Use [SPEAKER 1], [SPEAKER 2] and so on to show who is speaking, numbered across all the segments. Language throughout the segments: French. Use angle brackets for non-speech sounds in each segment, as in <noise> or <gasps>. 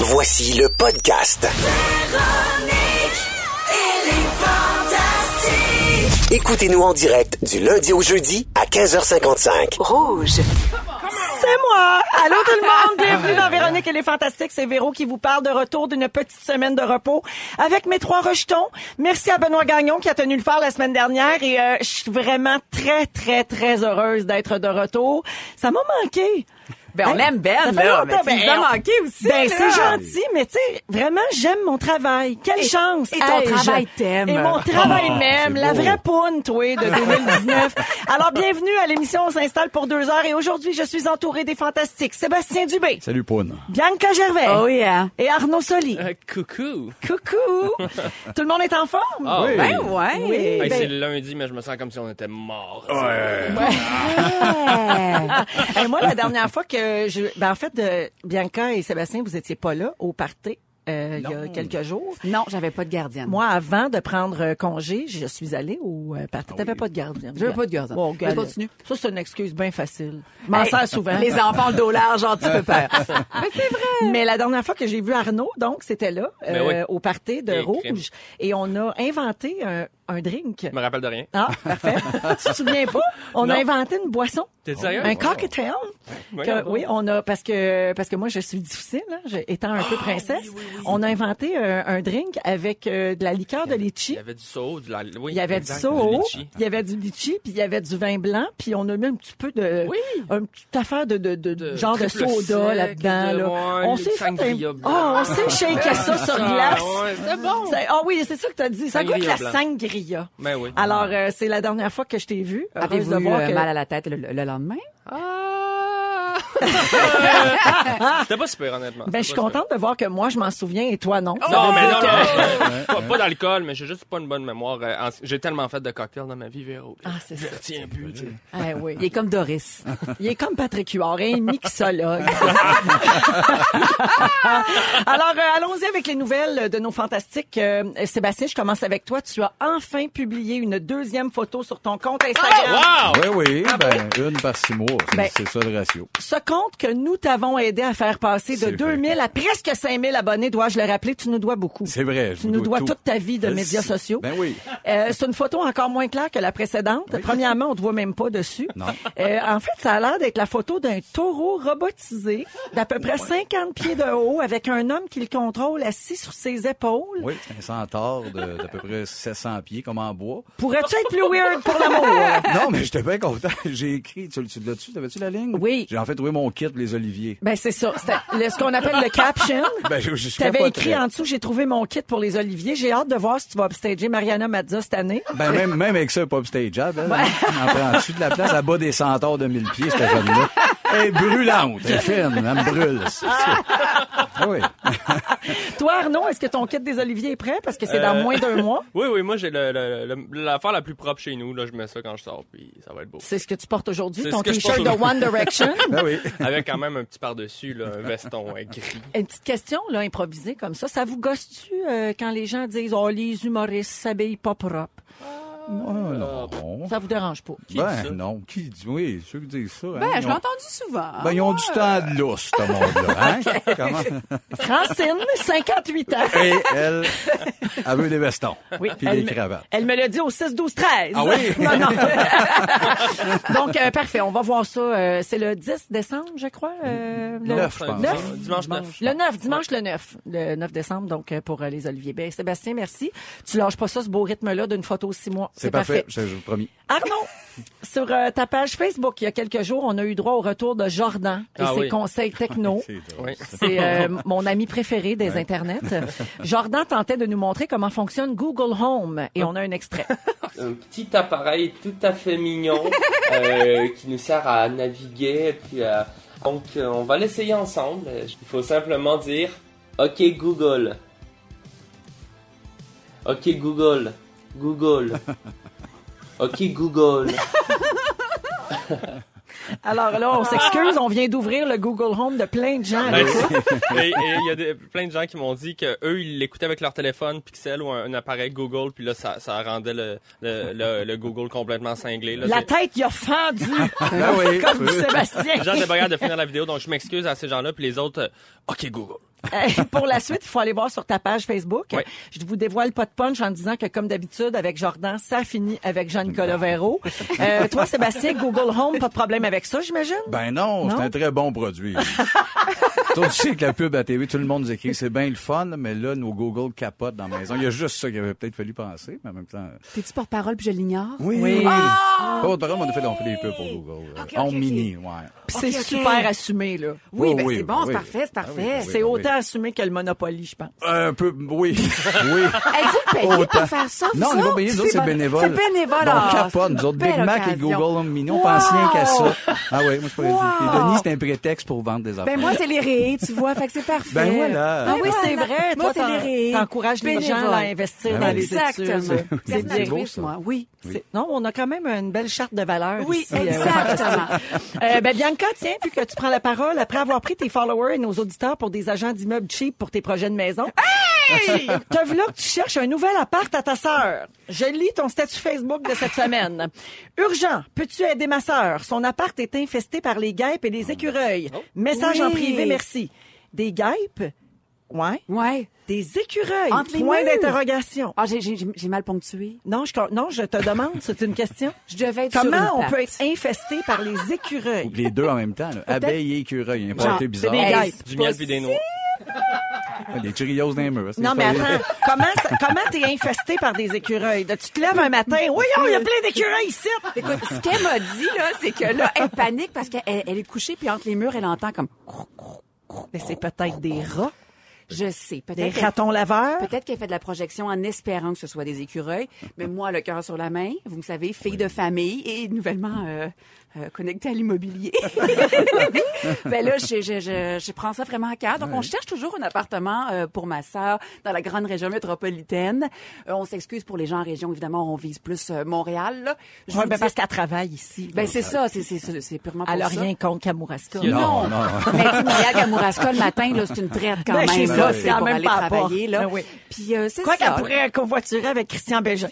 [SPEAKER 1] Voici le podcast. Écoutez-nous en direct du lundi au jeudi à 15h55.
[SPEAKER 2] Rouge.
[SPEAKER 3] C'est moi! Allô tout
[SPEAKER 4] Ah,
[SPEAKER 3] le monde! Bienvenue dans Véronique et les Fantastiques. C'est Véro qui vous parle de retour d'une petite semaine de repos avec mes trois rejetons. Merci à Benoît Gagnon qui a tenu le phare la semaine dernière et euh, je suis vraiment très, très, très heureuse d'être de retour. Ça m'a manqué.
[SPEAKER 4] Ben, on
[SPEAKER 3] Hein?
[SPEAKER 4] aime
[SPEAKER 3] Ça
[SPEAKER 4] Ben,
[SPEAKER 3] fait
[SPEAKER 4] là.
[SPEAKER 3] longtemps,
[SPEAKER 4] Mais tu nous
[SPEAKER 3] ben,
[SPEAKER 4] as
[SPEAKER 3] on-
[SPEAKER 4] manqué aussi.
[SPEAKER 3] Ben,
[SPEAKER 4] là.
[SPEAKER 3] c'est gentil, mais tu sais, vraiment, j'aime mon travail. Quelle chance!
[SPEAKER 4] et ton
[SPEAKER 3] ai-je.
[SPEAKER 4] travail t'aime.
[SPEAKER 3] Et mon travail
[SPEAKER 5] Ah,
[SPEAKER 3] m'aime.
[SPEAKER 5] c'est
[SPEAKER 3] La
[SPEAKER 5] beau.
[SPEAKER 3] vraie poune, toi,
[SPEAKER 4] <laughs>
[SPEAKER 3] de 2019. Alors, bienvenue à l'émission On s'installe pour deux heures et aujourd'hui, je suis entourée des fantastiques. Sébastien Dubé,
[SPEAKER 5] Salut, Poune.
[SPEAKER 3] Bianca Gervais
[SPEAKER 4] Oh, yeah.
[SPEAKER 3] et Arnaud Soli.
[SPEAKER 6] Euh, coucou!
[SPEAKER 4] <laughs>
[SPEAKER 3] Coucou! Tout le monde est en forme?
[SPEAKER 6] Ah,
[SPEAKER 5] Oui.
[SPEAKER 4] Ben, ouais.
[SPEAKER 3] Oui.
[SPEAKER 6] Hey,
[SPEAKER 3] ben-
[SPEAKER 6] c'est lundi, mais je me sens comme si on était mort.
[SPEAKER 3] <laughs> Et moi, la dernière fois que je. Ben, en fait, euh, Bianca et Sébastien, vous étiez pas là au party euh, il y a quelques jours.
[SPEAKER 4] <laughs> Non, j'avais pas de gardienne.
[SPEAKER 3] Moi, avant de prendre euh, congé, je suis allée au euh,
[SPEAKER 6] Ah
[SPEAKER 3] party. T'avais pas de gardienne.
[SPEAKER 4] J'avais pas de gardienne.
[SPEAKER 3] Bon,
[SPEAKER 4] Mais
[SPEAKER 3] gars, là,
[SPEAKER 4] continue.
[SPEAKER 3] Ça, c'est une excuse bien facile. Je M'en
[SPEAKER 4] Hey,
[SPEAKER 3] sers souvent.
[SPEAKER 4] <laughs> Les enfants, le dos large, genre, tu peux
[SPEAKER 3] <laughs>
[SPEAKER 4] peur.
[SPEAKER 3] Mais la dernière fois que j'ai vu Arnaud, donc, c'était là,
[SPEAKER 6] Ben
[SPEAKER 3] euh,
[SPEAKER 6] oui.
[SPEAKER 3] au party de
[SPEAKER 6] Et
[SPEAKER 3] Rouge.
[SPEAKER 6] crème.
[SPEAKER 3] Et on a inventé un, un drink.
[SPEAKER 6] Je me rappelle de rien.
[SPEAKER 3] Ah, parfait. tu te souviens pas? On a
[SPEAKER 6] Non.
[SPEAKER 3] inventé une boisson.
[SPEAKER 6] T'es sérieux?
[SPEAKER 3] Un cocktail.
[SPEAKER 6] Voyons
[SPEAKER 3] Que- oui, on a parce que parce que moi je suis difficile, hein, je- étant un peu
[SPEAKER 6] Ah,
[SPEAKER 3] princesse. On a inventé euh, un drink avec euh, de la liqueur de
[SPEAKER 6] Il
[SPEAKER 3] litchi.
[SPEAKER 6] y avait du saut, du la... oui,
[SPEAKER 3] Il y avait du
[SPEAKER 6] exact,
[SPEAKER 3] saut,
[SPEAKER 6] litchi.
[SPEAKER 3] il y avait du litchi, puis il y avait du vin blanc, puis on a mis un petit peu de,
[SPEAKER 6] Oui.
[SPEAKER 3] un petit affaire de, de, de,
[SPEAKER 6] De
[SPEAKER 3] genre de
[SPEAKER 6] triple
[SPEAKER 3] soda
[SPEAKER 6] sec,
[SPEAKER 3] là-dedans.
[SPEAKER 6] de-
[SPEAKER 3] Là.
[SPEAKER 6] ouais,
[SPEAKER 3] on
[SPEAKER 6] le
[SPEAKER 3] s'est fait
[SPEAKER 6] sangria
[SPEAKER 3] un...
[SPEAKER 6] blanc.
[SPEAKER 3] Ah, on s'est shaké ça sur
[SPEAKER 6] Ça,
[SPEAKER 3] glace.
[SPEAKER 6] ouais, c'était bon.
[SPEAKER 3] Ça- Ah oui, c'est ça que t'as dit. Ça goûte
[SPEAKER 6] Sangria
[SPEAKER 3] la
[SPEAKER 6] blanc.
[SPEAKER 3] sangria.
[SPEAKER 6] Ben oui.
[SPEAKER 3] Alors, euh, c'est la dernière fois que je t'ai vu. Heureuse
[SPEAKER 4] Avez-vous
[SPEAKER 3] de
[SPEAKER 4] eu
[SPEAKER 3] voir
[SPEAKER 4] euh,
[SPEAKER 3] que-
[SPEAKER 4] mal à la tête le, le lendemain?
[SPEAKER 6] Ah! C'était pas super, honnêtement.
[SPEAKER 3] Ben, je suis
[SPEAKER 6] C'était pas super.
[SPEAKER 3] contente de voir que moi, je m'en souviens et toi, non. Ça
[SPEAKER 6] Non,
[SPEAKER 3] veut
[SPEAKER 6] Oh, mais
[SPEAKER 3] dire
[SPEAKER 6] non,
[SPEAKER 3] que-
[SPEAKER 6] non, non. Pas, pas d'alcool, mais j'ai juste pas une bonne mémoire. euh, en- J'ai tellement fait de cocktails dans ma vie, Véro.
[SPEAKER 3] Ah, c'est
[SPEAKER 6] Je
[SPEAKER 3] ça.
[SPEAKER 6] retiens plus, tu sais.
[SPEAKER 3] Eh oui.
[SPEAKER 4] Il est comme Doris.
[SPEAKER 3] Il est comme Patrick Huard, hein, un
[SPEAKER 6] <laughs>
[SPEAKER 3] mixologue. Alors, euh, allons-y avec les nouvelles de nos fantastiques. Euh, Sébastien, je commence avec toi. Tu as enfin publié une deuxième photo sur ton compte Instagram.
[SPEAKER 6] Oh, Wow!
[SPEAKER 5] Oui, oui, ben, une par six mois. C'est-
[SPEAKER 3] Ben.
[SPEAKER 5] C'est ça le ratio.
[SPEAKER 3] Ce compte que nous t'avons aidé à faire passer de
[SPEAKER 5] C'est
[SPEAKER 3] 2000 à presque 5000 abonnés, dois-je le rappeler, tu nous dois beaucoup.
[SPEAKER 5] C'est vrai. je
[SPEAKER 3] Tu
[SPEAKER 5] vous
[SPEAKER 3] nous dois
[SPEAKER 5] dois tout.
[SPEAKER 3] toute ta vie de
[SPEAKER 5] Je
[SPEAKER 3] médias
[SPEAKER 5] sais.
[SPEAKER 3] sociaux.
[SPEAKER 5] Ben oui.
[SPEAKER 3] Euh, c'est une photo encore moins claire que la précédente. Premièrement, on ne te voit même pas dessus.
[SPEAKER 5] Non.
[SPEAKER 3] Euh, en fait, ça a l'air d'être la photo d'un taureau robotisé d'à peu près 50 pieds de haut avec un homme qui le contrôle assis sur ses épaules.
[SPEAKER 5] Oui, c'est un centaure de- d'à peu près 700 pieds, comme en bois.
[SPEAKER 3] Pourrais-tu être plus weird pour
[SPEAKER 5] <laughs>
[SPEAKER 3] l'amour?
[SPEAKER 5] Non, mais j'étais bien content. <laughs> J'ai écrit. Tu, tu l'as-tu? T'avais-tu la ligne?
[SPEAKER 3] Oui.
[SPEAKER 5] J'ai en fait trouvé mon kit pour les oliviers.
[SPEAKER 3] Ben, c'est ça. C'était le- ce qu'on appelle le caption.
[SPEAKER 5] Ben, je, je suis
[SPEAKER 3] Ah! T'avais
[SPEAKER 5] pas
[SPEAKER 3] écrit
[SPEAKER 5] très-
[SPEAKER 3] en dessous, j'ai trouvé mon kit pour les oliviers. J'ai hâte de voir si tu vas upstager Mariana Mazza cette
[SPEAKER 6] <laughs>
[SPEAKER 3] année.
[SPEAKER 5] Ben, même, même avec ça, pop stageable. Elle, <laughs> hein. Elle prend dessus de la place, elle bat des centaures de mille pieds, cette jeune-là. Elle est brûlante, elle est fine, elle me brûle. C'est ça. Ah oui.
[SPEAKER 3] Toi, Arnaud, est-ce que ton kit des oliviers est prêt? Parce que c'est dans
[SPEAKER 6] Euh.
[SPEAKER 3] moins
[SPEAKER 6] <laughs>
[SPEAKER 3] d'un mois.
[SPEAKER 6] Oui, oui, moi, j'ai le- le- le- l'affaire la plus propre chez nous. Là, je mets ça quand je sors, puis ça va être beau.
[SPEAKER 3] <laughs> C'est ce que tu portes aujourd'hui,
[SPEAKER 6] C'est
[SPEAKER 3] ton
[SPEAKER 6] ce que je
[SPEAKER 3] t-shirt
[SPEAKER 6] porte
[SPEAKER 3] de One
[SPEAKER 6] aujourd'hui. <laughs>
[SPEAKER 3] Direction.
[SPEAKER 5] Ben oui.
[SPEAKER 6] Avec quand même un petit par-dessus, là, un veston euh, gris.
[SPEAKER 3] Une petite question, là, improvisée comme ça. Ça vous gosse-tu euh, quand les gens disent « Oh, les humoristes s'habillent pas propre
[SPEAKER 6] Ah,
[SPEAKER 5] Oh, non. ».
[SPEAKER 3] Ça vous dérange pas?
[SPEAKER 5] ben, non. Qui dit? Oui, ceux qui disent ça. hein,
[SPEAKER 4] Ben,
[SPEAKER 5] ils
[SPEAKER 4] je l'ai
[SPEAKER 5] ont-
[SPEAKER 4] entendu souvent.
[SPEAKER 5] Ben, ils ont du temps de lousse, ce monde-là. Hein? Comment?
[SPEAKER 3] Francine, <laughs> 58 ans.
[SPEAKER 5] Et elle, elle veut des vestons.
[SPEAKER 3] Oui,
[SPEAKER 5] Puis
[SPEAKER 3] elle
[SPEAKER 5] des
[SPEAKER 3] me-
[SPEAKER 5] cravates.
[SPEAKER 3] Elle me l'a dit au 6-12-13.
[SPEAKER 5] Ah oui?
[SPEAKER 3] <laughs> non, non. Donc, euh, parfait, on va voir ça. euh, c'est le 10 décembre, je crois. euh, le...
[SPEAKER 5] Neuf, je pense.
[SPEAKER 3] Neuf?
[SPEAKER 6] Ah, Dimanche neuf.
[SPEAKER 3] Le 9, dimanche le 9. Le 9 décembre, donc, euh, pour euh, les Olivier. Ben, Sébastien, merci. Tu lâches pas ça, ce beau rythme-là d'une photo six mois.
[SPEAKER 5] C'est parfait, je je vous promis.
[SPEAKER 3] Arnaud, sur euh, ta page Facebook, il y a quelques jours, on a eu droit au retour de Jordan et
[SPEAKER 6] Ah
[SPEAKER 3] ses
[SPEAKER 6] oui.
[SPEAKER 3] conseils techno.
[SPEAKER 5] <laughs> C'est drôle.
[SPEAKER 6] Oui.
[SPEAKER 3] C'est euh, mon ami préféré des internets. Jordan tentait de nous montrer comment fonctionne Google Home et on a un extrait.
[SPEAKER 7] un petit appareil tout à fait mignon <laughs> euh, qui nous sert à naviguer. et puis, à- donc, euh, on va l'essayer ensemble. Il faut simplement dire OK Google. OK Google. Google. OK Google.
[SPEAKER 3] Alors là, on s'excuse, on vient d'ouvrir le Google Home de plein de gens.
[SPEAKER 6] Ben, et et il y a des- plein de gens qui m'ont dit que eux ils l'écoutaient avec leur téléphone Pixel ou un, un appareil Google, puis là ça, ça rendait le, le, le- le Google complètement cinglé. Là,
[SPEAKER 3] La
[SPEAKER 6] C'est-
[SPEAKER 3] tête, il a fendu,
[SPEAKER 5] Ben oui.
[SPEAKER 3] comme
[SPEAKER 5] oui.
[SPEAKER 3] dit Sébastien.
[SPEAKER 6] les gens n'étaient pas capables de finir la vidéo, donc je m'excuse à ces gens-là, puis les autres, euh, OK Google.
[SPEAKER 3] Euh, pour la suite, il faut aller voir sur ta page Facebook.
[SPEAKER 6] Oui.
[SPEAKER 3] Je vous dévoile pas de punch en disant que, comme d'habitude, avec Jordan, ça finit avec Jean-Nicolas Véro. Euh, toi, Sébastien, Google Home, pas de problème avec ça, j'imagine?
[SPEAKER 5] Ben non,
[SPEAKER 3] Non?
[SPEAKER 5] c'est un très bon produit. Toi, tu sais que la pub à TV, tout le monde nous écrit, c'est bien le fun, mais là, nos Google capotent dans la maison. Il y a juste ça qu'il avait peut-être fallu penser, mais en même temps.
[SPEAKER 4] T'es-tu porte-parole puis je l'ignore?
[SPEAKER 5] Oui. Pour autre part, on a fait, on fait des pubs pour Google.
[SPEAKER 4] Ok,
[SPEAKER 5] on
[SPEAKER 4] ok, ok.
[SPEAKER 5] mini, ouais.
[SPEAKER 3] Puis
[SPEAKER 4] Ok,
[SPEAKER 3] c'est
[SPEAKER 4] ok.
[SPEAKER 3] super assumé, là.
[SPEAKER 4] Oui,
[SPEAKER 5] Oui,
[SPEAKER 4] ben
[SPEAKER 5] Oh, oui,
[SPEAKER 4] c'est bon, c'est
[SPEAKER 5] oui.
[SPEAKER 4] parfait, c'est
[SPEAKER 5] Ah oui,
[SPEAKER 4] parfait.
[SPEAKER 5] oui, oui.
[SPEAKER 3] C'est autant assumé que le Monopoly, je pense.
[SPEAKER 5] Un peu, oui. <laughs> Oui.
[SPEAKER 4] Êtes-vous payé
[SPEAKER 5] Autant.
[SPEAKER 4] pour faire ça, vous
[SPEAKER 5] Oh, Non, on n'est pas
[SPEAKER 4] autres?
[SPEAKER 5] payé, nous autres,
[SPEAKER 4] bon-
[SPEAKER 5] c'est bénévole.
[SPEAKER 4] C'est bénévole.
[SPEAKER 5] Bon,
[SPEAKER 4] ah,
[SPEAKER 5] On capote,
[SPEAKER 4] c'est
[SPEAKER 5] nous autres,
[SPEAKER 4] une
[SPEAKER 5] Big
[SPEAKER 4] belle
[SPEAKER 5] Mac et
[SPEAKER 4] occasion.
[SPEAKER 5] Google Home Mini, on
[SPEAKER 4] Wow!
[SPEAKER 5] pense rien qu'à ça. Ah oui, moi, je pourrais dire. Et
[SPEAKER 4] Wow!
[SPEAKER 5] Denis, c'est un prétexte pour vendre des affaires.
[SPEAKER 4] Ben moi, c'est les raies, tu vois, fait que c'est parfait.
[SPEAKER 5] Ben voilà.
[SPEAKER 4] Ah
[SPEAKER 3] Ah oui, c'est vrai.
[SPEAKER 4] Moi,
[SPEAKER 3] Toi,
[SPEAKER 4] c'est les raies.
[SPEAKER 3] t'en- t'encourages les gens
[SPEAKER 4] Bénévole.
[SPEAKER 3] à investir
[SPEAKER 5] Ben
[SPEAKER 3] dans
[SPEAKER 5] oui.
[SPEAKER 3] les études. <laughs>
[SPEAKER 4] Exactement.
[SPEAKER 5] C'est-
[SPEAKER 3] bien.
[SPEAKER 5] beau, ça.
[SPEAKER 4] moi. Oui.
[SPEAKER 3] C'est- Non, on a quand même une belle charte de valeurs.
[SPEAKER 4] Oui,
[SPEAKER 3] ici, euh, <laughs>
[SPEAKER 4] exactement.
[SPEAKER 3] Euh, ben Bianca, tiens, vu que tu prends la parole, après avoir pris tes followers et nos auditeurs pour des agents d'immeubles cheap pour tes projets de maison, <laughs> hey! te voilà que tu cherches un nouvel appart à ta sœur. Je lis ton statut Facebook de cette semaine. Urgent, peux-tu aider ma sœur? Son appart est infesté par les guêpes
[SPEAKER 5] Ah,
[SPEAKER 3] et les écureuils.
[SPEAKER 5] Oh.
[SPEAKER 3] Message en
[SPEAKER 4] Oui.
[SPEAKER 3] privé, merci. Des guêpes? Ouais.
[SPEAKER 4] Ouais.
[SPEAKER 3] Des écureuils?
[SPEAKER 4] Entre les
[SPEAKER 3] Point
[SPEAKER 4] murs.
[SPEAKER 3] d'interrogation.
[SPEAKER 4] Ah, j'ai- j'ai j'ai mal ponctué.
[SPEAKER 3] Non, je, non, je te demande, c'est une question.
[SPEAKER 4] Je devais être <laughs> sur
[SPEAKER 3] Comment
[SPEAKER 4] une
[SPEAKER 3] on peut
[SPEAKER 4] patte.
[SPEAKER 3] être infesté par les
[SPEAKER 5] <laughs>
[SPEAKER 3] écureuils?
[SPEAKER 5] Les deux en même temps, là. abeilles et écureuils. Un pâté bizarre. Ah,
[SPEAKER 3] des gars.
[SPEAKER 4] Hey,
[SPEAKER 6] Du miel puis des noix.
[SPEAKER 5] Des Cheerios d'un mur. c'est
[SPEAKER 3] Non, mais
[SPEAKER 5] pas vrai.
[SPEAKER 3] attends, comment, ça- comment t'es infesté par des écureuils? Là, tu te lèves un
[SPEAKER 4] <laughs>
[SPEAKER 3] matin, oui, il y a plein d'écureuils ici!
[SPEAKER 4] Écoute, ce qu'elle m'a dit, là, c'est que là, elle panique parce qu'elle elle est couchée, puis entre les murs, elle entend comme...
[SPEAKER 3] Oh, Mais c'est peut-être des rats,
[SPEAKER 4] Je sais,
[SPEAKER 3] des
[SPEAKER 4] peut-être... qu'elle-
[SPEAKER 3] ratons laveurs.
[SPEAKER 4] Peut-être qu'elle fait de la projection en espérant que ce soit des écureuils, mais moi, le cœur sur la main, vous me savez, fille de famille et nouvellement euh, euh, connectée à l'immobilier. ben là, je, je, je, je prends ça vraiment à cœur. Donc, on cherche toujours un appartement euh, pour ma sœur dans la grande région métropolitaine. Euh, on s'excuse pour les gens en région, évidemment, on vise plus euh, Montréal. Là. Je
[SPEAKER 3] Ouais,
[SPEAKER 4] vous
[SPEAKER 3] ben,
[SPEAKER 4] dis-
[SPEAKER 3] parce qu'elle travaille ici.
[SPEAKER 4] ben c'est ça, c'est- c'est c'est- c'est purement pour
[SPEAKER 3] Elle a
[SPEAKER 4] ça.
[SPEAKER 3] rien contre Kamouraska.
[SPEAKER 6] Non,
[SPEAKER 5] Non, non.
[SPEAKER 4] Mais tu Montréal Kamouraska le matin, là, c'est une traite quand
[SPEAKER 3] Ben,
[SPEAKER 4] même.
[SPEAKER 3] c'est
[SPEAKER 4] là,
[SPEAKER 3] ça,
[SPEAKER 4] c'est
[SPEAKER 3] c'est en
[SPEAKER 4] pour
[SPEAKER 3] même
[SPEAKER 4] aller
[SPEAKER 3] pas à
[SPEAKER 4] travailler,
[SPEAKER 3] part.
[SPEAKER 4] là.
[SPEAKER 3] Ben oui.
[SPEAKER 4] Puis euh, c'est
[SPEAKER 3] Quoi
[SPEAKER 4] ça.
[SPEAKER 3] qu'elle pourrait convoiturer avec Christian Bégin.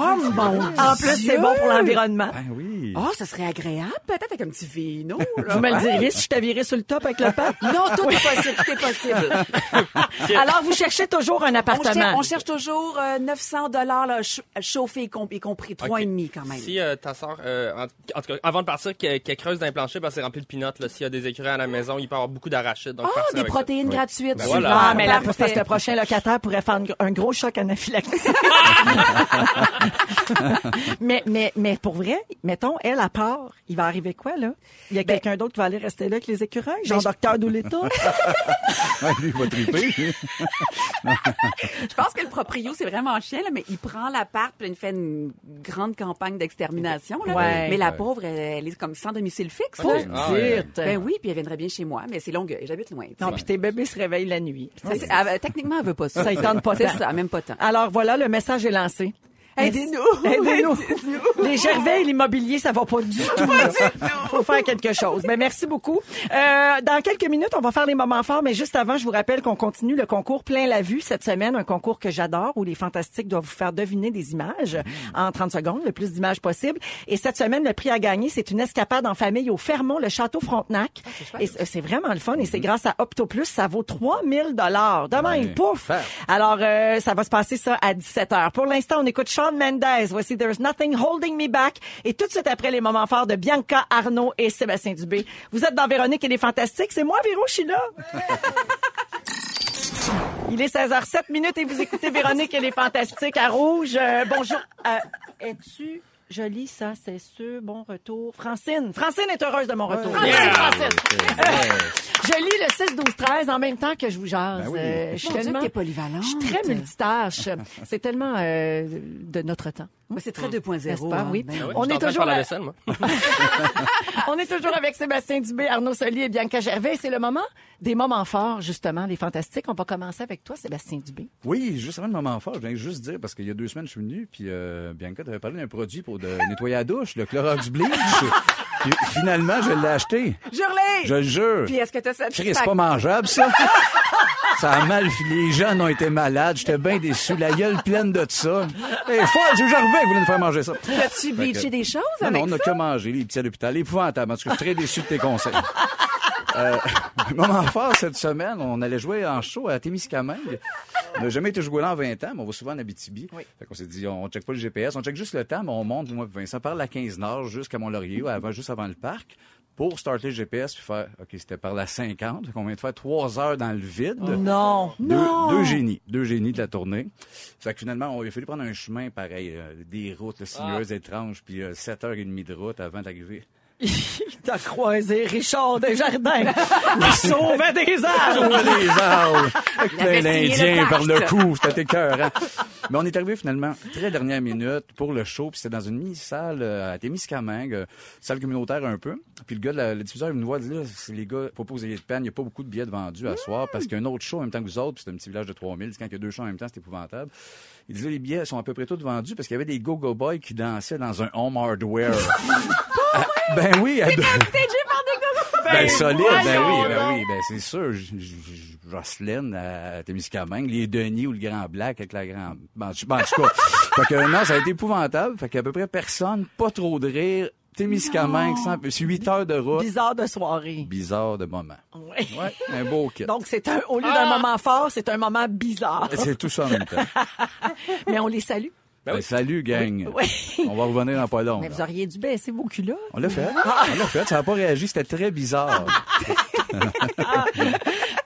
[SPEAKER 4] Oh mon
[SPEAKER 3] En plus, c'est bon pour l'environnement.
[SPEAKER 5] Ben oui.
[SPEAKER 4] Oh, ça serait agréable, peut-être avec un petit <laughs> vino. Là.
[SPEAKER 3] Vous me le diriez si je t'avirais sur le top avec le pape?
[SPEAKER 4] <laughs> Non, tout est possible, tout est possible.
[SPEAKER 3] <laughs> Alors, vous cherchez toujours un
[SPEAKER 4] On cherche,
[SPEAKER 3] appartement.
[SPEAKER 4] on cherche toujours euh, 900 dollars là, ch- chauffé y, com- y compris trois
[SPEAKER 6] Ok.
[SPEAKER 4] et demi quand même.
[SPEAKER 6] Si euh, ta soeur, en, en tout cas, avant de partir, qu'elle qu'elle creuse dans les planchers, parce que c'est rempli de pinottes. S'il y a des écureuils à la maison, il peut y avoir beaucoup d'arachides. donc
[SPEAKER 4] Ah,
[SPEAKER 6] partir
[SPEAKER 4] des
[SPEAKER 6] avec ça.
[SPEAKER 4] protéines gratuites.
[SPEAKER 6] Ben
[SPEAKER 4] super,
[SPEAKER 6] voilà.
[SPEAKER 3] Ah, mais là,
[SPEAKER 4] parfait.
[SPEAKER 3] parce que le prochain locataire pourrait faire un gr- un gros choc anaphylactique. <laughs> mais, mais, mais pour vrai, mettons, elle, à part, il va arriver quoi, là? Il
[SPEAKER 4] Ben
[SPEAKER 3] y a quelqu'un d'autre qui va aller rester là avec les écureuils, genre
[SPEAKER 4] <laughs>
[SPEAKER 3] docteur Doolittle?
[SPEAKER 5] Ouais, lui, il va triper.
[SPEAKER 4] Je pense que le proprio, c'est vraiment chien, là, mais il prend l'appart, puis il fait une grande campagne d'extermination. là.
[SPEAKER 3] Ouais.
[SPEAKER 4] Mais la pauvre, elle, elle est comme sans domicile fixe.
[SPEAKER 6] Ok.
[SPEAKER 4] là.
[SPEAKER 6] Ah, ouais.
[SPEAKER 4] Ben oui, puis elle viendrait bien chez moi, mais c'est Longueuil, j'habite loin. tu sais.
[SPEAKER 3] Non, puis tes bébés se réveillent la nuit.
[SPEAKER 4] Ça, c'est- elle- euh, techniquement, elle veut pas ça.
[SPEAKER 3] Ça y tente pas
[SPEAKER 4] C'est
[SPEAKER 3] tant.
[SPEAKER 4] ça, même pas tant.
[SPEAKER 3] Alors voilà, le message est lancé.
[SPEAKER 4] Aidez-nous!
[SPEAKER 3] <laughs> Aidez-nous. Les gervais et l'immobilier, ça va pas du tout. Faut faire quelque chose. Mais merci beaucoup. Euh, dans quelques minutes, on va faire les moments forts, mais juste avant, je vous rappelle qu'on continue le concours Plein la vue cette semaine, un concours que j'adore où les fantastiques doivent vous faire deviner des images en 30 secondes, le plus d'images possible. Et cette semaine, le prix à gagner, c'est une escapade en famille au Fermont, le Château Frontenac. Et Ah, c'est Mm-hmm. c'est vraiment le fun et c'est grâce à Opto Plus, ça vaut 3000 dollars. Demain,
[SPEAKER 5] Ouais.
[SPEAKER 3] pouf.
[SPEAKER 5] Faire.
[SPEAKER 3] Alors, euh, ça va se passer ça à 17h. Pour l'instant, on écoute Sean Mendez. Voici There's Nothing Holding Me Back. Et tout de suite après, les moments forts de Bianca, Arnaud et Sébastien Dubé. Vous êtes dans Véronique et les Fantastiques. C'est moi, Véro, je suis là. Il est 16h07 minutes et vous écoutez Véronique et les Fantastiques à Rouge. Euh, bonjour. Euh, Es-tu jolie, ça, c'est sûr. Bon retour. Francine. Francine est heureuse de mon retour. Merci, Francine. Je lis le 6-12-13 en même temps que je vous jase.
[SPEAKER 5] Ben oui.
[SPEAKER 3] Euh, je suis
[SPEAKER 4] Mon Dieu,
[SPEAKER 3] tellement-
[SPEAKER 4] que t'es polyvalente.
[SPEAKER 3] Je suis très multitâche. C'est tellement euh, de notre temps.
[SPEAKER 4] Ben, c'est très
[SPEAKER 3] N'est-ce
[SPEAKER 4] 2.0.
[SPEAKER 3] pas?
[SPEAKER 4] hein.
[SPEAKER 3] Oui.
[SPEAKER 4] Ben
[SPEAKER 6] Ah ouais,
[SPEAKER 3] On
[SPEAKER 6] je suis
[SPEAKER 3] est
[SPEAKER 6] en train
[SPEAKER 3] toujours
[SPEAKER 6] de faire la
[SPEAKER 3] à-
[SPEAKER 6] vaisselle, moi.
[SPEAKER 3] On est toujours avec Sébastien Dubé, Arnaud Soli et Bianca Gervais. C'est le moment des moments forts, justement, les fantastiques. On va commencer avec toi, Sébastien Dubé.
[SPEAKER 5] Oui, juste avant le moment fort, je viens juste dire, parce qu'il y a deux semaines, je suis venu, puis euh, Bianca, t'avais parlé d'un produit pour de nettoyer la douche, le Clorox Bleach. Puis finalement, je l'ai acheté.
[SPEAKER 4] Jurlé!
[SPEAKER 5] Je le jure.
[SPEAKER 4] Puis est-ce que t'as ça?
[SPEAKER 5] Chris, c'est pas mangeable, ça. <laughs> Ça a mal fini. Les jeunes ont été malades. J'étais bien déçu. La gueule pleine de ça. Et folle, c'est Gervais qui voulait nous faire manger ça.
[SPEAKER 4] T'as-tu bleaché des choses
[SPEAKER 5] Non,
[SPEAKER 4] avec
[SPEAKER 5] non, on n'a que mangé, les petits à l'hôpital. Épouvantable. En tout cas, je suis très déçu de tes conseils. Euh, moment fort cette semaine, on allait jouer en show à Témiscamingue. On n'a jamais été joué là en 20 ans, mais on va souvent en Abitibi. Fait qu'on s'est dit, on check pas le GPS, on check juste le temps, mais on monte, moi, et Vincent, par la 15 Nord jusqu'à Mont-Laurier, ou avant, juste avant le parc, pour starter le GPS, puis faire, OK, c'était par la 50, donc on vient de faire trois heures dans le vide.
[SPEAKER 3] Non.
[SPEAKER 5] Deux, deux génies, deux génies de la tournée. Fait que finalement, on, il a fallu prendre un chemin pareil, euh, des routes là, sinueuses, étranges, puis euh, 7h30 de route avant d'arriver.
[SPEAKER 3] T'as croisé Richard
[SPEAKER 5] <laughs>
[SPEAKER 3] Desjardins qui sauvait des arbres.
[SPEAKER 4] <laughs>
[SPEAKER 5] Sauve les arbres! Avec
[SPEAKER 4] Il avait
[SPEAKER 5] plein
[SPEAKER 4] signé le
[SPEAKER 5] d'Indiens par le
[SPEAKER 4] pacte.
[SPEAKER 5] cou, c'était écœurant. Mais on est arrivé finalement très dernière minute pour le show, puis c'était dans une mini-salle euh, à Témiscamingue, euh, salle communautaire un peu. Puis le gars, de la- le diffuseur, il nous voit, il dit là, si les gars, faut pas vous ayez de peine, il n'y a pas beaucoup de billets de vendus à soir, parce qu'il y a un autre show en même temps que vous autres, puis c'est un petit village de 3000, quand il y a deux shows en même temps, c'est épouvantable. Il dit là, les billets sont à peu près tous vendus, parce qu'il y avait des go-go boys qui dansaient dans un home hardware. Ah, ben oui, à deux- ben, solide, ben oui, ben oui, ben c'est sûr. J- j- j- Jocelyne à Témiscamingue, les Denis ou le Grand Black avec la Grand... Ben, tu- ben, en tout cas, fait que non, ça a été épouvantable. Fait qu'à peu près personne, pas trop de rire. Témiscamingue, sans... c'est 8 heures de route.
[SPEAKER 3] Bizarre de soirée.
[SPEAKER 5] Bizarre de moment.
[SPEAKER 3] Ouais.
[SPEAKER 5] Ouais, un beau kit.
[SPEAKER 3] Donc, c'est un, au lieu d'un moment fort, c'est un moment bizarre.
[SPEAKER 5] C'est tout ça en même temps.
[SPEAKER 4] Ben
[SPEAKER 3] Mais on les salue.
[SPEAKER 5] Ben, salut, gang. On va revenir dans pas long.
[SPEAKER 4] Mais
[SPEAKER 5] là.
[SPEAKER 4] vous Ah. auriez dû baisser vos culottes.
[SPEAKER 5] On l'a fait. On l'a fait. Ça n'a pas réagi. C'était très bizarre.
[SPEAKER 4] Ah,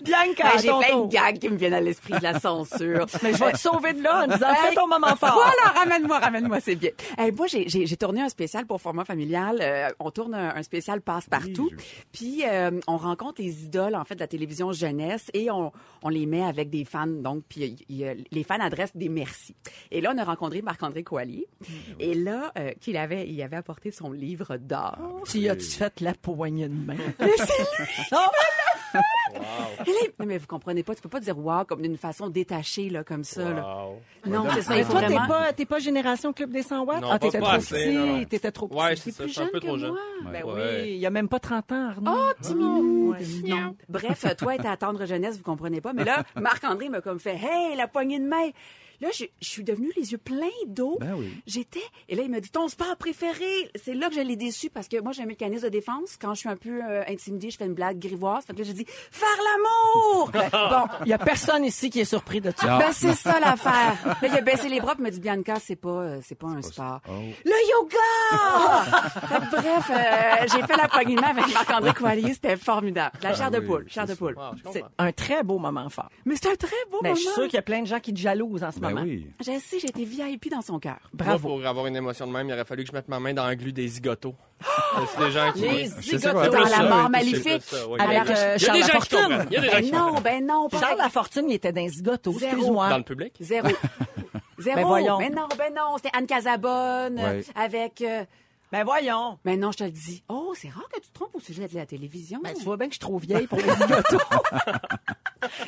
[SPEAKER 3] Bianca,
[SPEAKER 4] Ben,
[SPEAKER 3] à
[SPEAKER 4] J'ai
[SPEAKER 3] ton
[SPEAKER 4] plein
[SPEAKER 3] tour.
[SPEAKER 4] de Ben, gags qui me viennent à l'esprit de la <laughs> censure.
[SPEAKER 3] Mais je vais te sauver de là en disant,
[SPEAKER 4] Hey,
[SPEAKER 3] fais ton moment fort.
[SPEAKER 4] Voilà, ramène-moi, ramène-moi, c'est bien. Hey, moi, j'ai- j'ai j'ai tourné un spécial pour format familial. Euh, on tourne un, un spécial passe-partout. Puis, euh, on rencontre les idoles, en fait, de la télévision jeunesse et on, on les met avec des fans. Donc, puis il- il y a- les fans adressent des merci. Et là, on a rencontré Marc-André Coallier. Et là, euh, qu'il avait, il avait apporté son livre d'or.
[SPEAKER 3] Tu as-tu fait la poignée de main?
[SPEAKER 4] <laughs> Et là, il- mais vous comprenez pas, tu peux pas dire wow comme d'une façon détachée, là, comme ça. là.
[SPEAKER 6] Wow.
[SPEAKER 4] Non, c'est ça.
[SPEAKER 3] Et
[SPEAKER 4] il faut
[SPEAKER 3] toi, t'es
[SPEAKER 4] vraiment-
[SPEAKER 3] pas, t'es pas génération Club des 100 watts?
[SPEAKER 6] Non,
[SPEAKER 3] ah,
[SPEAKER 6] pas-
[SPEAKER 3] t'étais
[SPEAKER 6] pas
[SPEAKER 3] trop
[SPEAKER 6] assez,
[SPEAKER 3] petit.
[SPEAKER 6] non, non.
[SPEAKER 3] T'étais trop petit.
[SPEAKER 6] Ouais, c'est ça,
[SPEAKER 4] plus
[SPEAKER 6] je suis un peu
[SPEAKER 4] que
[SPEAKER 6] trop jeune.
[SPEAKER 4] moi.
[SPEAKER 3] Ben
[SPEAKER 6] Ouais. Ah,
[SPEAKER 3] oui, il y a même pas 30 ans, Arnaud.
[SPEAKER 4] Non. Bref, euh, toi, t'es à tendre jeunesse, vous comprenez pas. Mais
[SPEAKER 5] <laughs>
[SPEAKER 4] là, Marc-André m'a comme fait Hey, la poignée de main. Là, je, je suis devenue les yeux pleins d'eau.
[SPEAKER 5] Ben oui.
[SPEAKER 4] J'étais. Et là, il m'a dit Ton sport préféré. C'est là que je l'ai déçu parce que moi, j'ai un mécanisme de défense. Quand je suis un peu euh, intimidée, je fais une blague grivoise. Fait que là, j'ai dit Faire l'amour.
[SPEAKER 5] <laughs>
[SPEAKER 4] Ben, bon.
[SPEAKER 3] Il y a personne ici qui est surpris de ça.
[SPEAKER 5] Non.
[SPEAKER 4] Ben, c'est ça l'affaire. Là, il a baissé les bras et m'a dit Bianca, c'est pas, euh, c'est pas un sport. Le yoga! Fait que bref, euh, j'ai fait la poignée de main avec Marc-André Coallier. C'était formidable. La chair de
[SPEAKER 5] oui,
[SPEAKER 4] poule, chair de poule.
[SPEAKER 6] Wow, je
[SPEAKER 3] C'est
[SPEAKER 6] comprends.
[SPEAKER 3] un très beau moment fort.
[SPEAKER 4] Mais c'est un très beau
[SPEAKER 3] Mais
[SPEAKER 4] moment.
[SPEAKER 3] Ben, je suis sûre qu'il y a plein de gens qui te jalousent en ce
[SPEAKER 5] Ben
[SPEAKER 3] moment.
[SPEAKER 5] oui.
[SPEAKER 4] Je sais, j'ai été VIP dans son cœur.
[SPEAKER 3] Bravo.
[SPEAKER 6] Moi, pour avoir une émotion de même, il aurait fallu que je mette ma main dans un glu
[SPEAKER 4] <gasps>
[SPEAKER 6] des zigotos. c'est des gens qui.
[SPEAKER 4] Ah! Les
[SPEAKER 6] Je sais
[SPEAKER 4] zigotos
[SPEAKER 6] pas,
[SPEAKER 4] dans
[SPEAKER 6] c'est
[SPEAKER 4] la
[SPEAKER 6] ça,
[SPEAKER 4] mort
[SPEAKER 6] c'est
[SPEAKER 4] maléfique.
[SPEAKER 6] ça, oui.
[SPEAKER 3] Avec,
[SPEAKER 6] Il y a
[SPEAKER 3] euh, Charles
[SPEAKER 6] des gens qui
[SPEAKER 3] Lafortune.
[SPEAKER 6] comprennent. Il y a des gens
[SPEAKER 4] Ben
[SPEAKER 6] qui
[SPEAKER 4] non,
[SPEAKER 6] comprennent.
[SPEAKER 4] ben non, pas
[SPEAKER 3] Charles
[SPEAKER 4] vrai.
[SPEAKER 3] Lafortune, il était dans Zigoto,
[SPEAKER 4] Zéro.
[SPEAKER 3] excuse-moi.
[SPEAKER 6] Dans le public?
[SPEAKER 3] <laughs>
[SPEAKER 4] Zéro. Zéro.
[SPEAKER 3] Ben voyons.
[SPEAKER 4] Mais non, ben non, c'était Anne Casabonne euh,
[SPEAKER 5] Ouais.
[SPEAKER 4] avec... euh,
[SPEAKER 3] Ben voyons.
[SPEAKER 4] Ben non, je te le dis. Oh, c'est rare que tu te trompes au sujet de la télévision.
[SPEAKER 3] Ben, tu vois bien que je suis trop vieille pour les zigotos.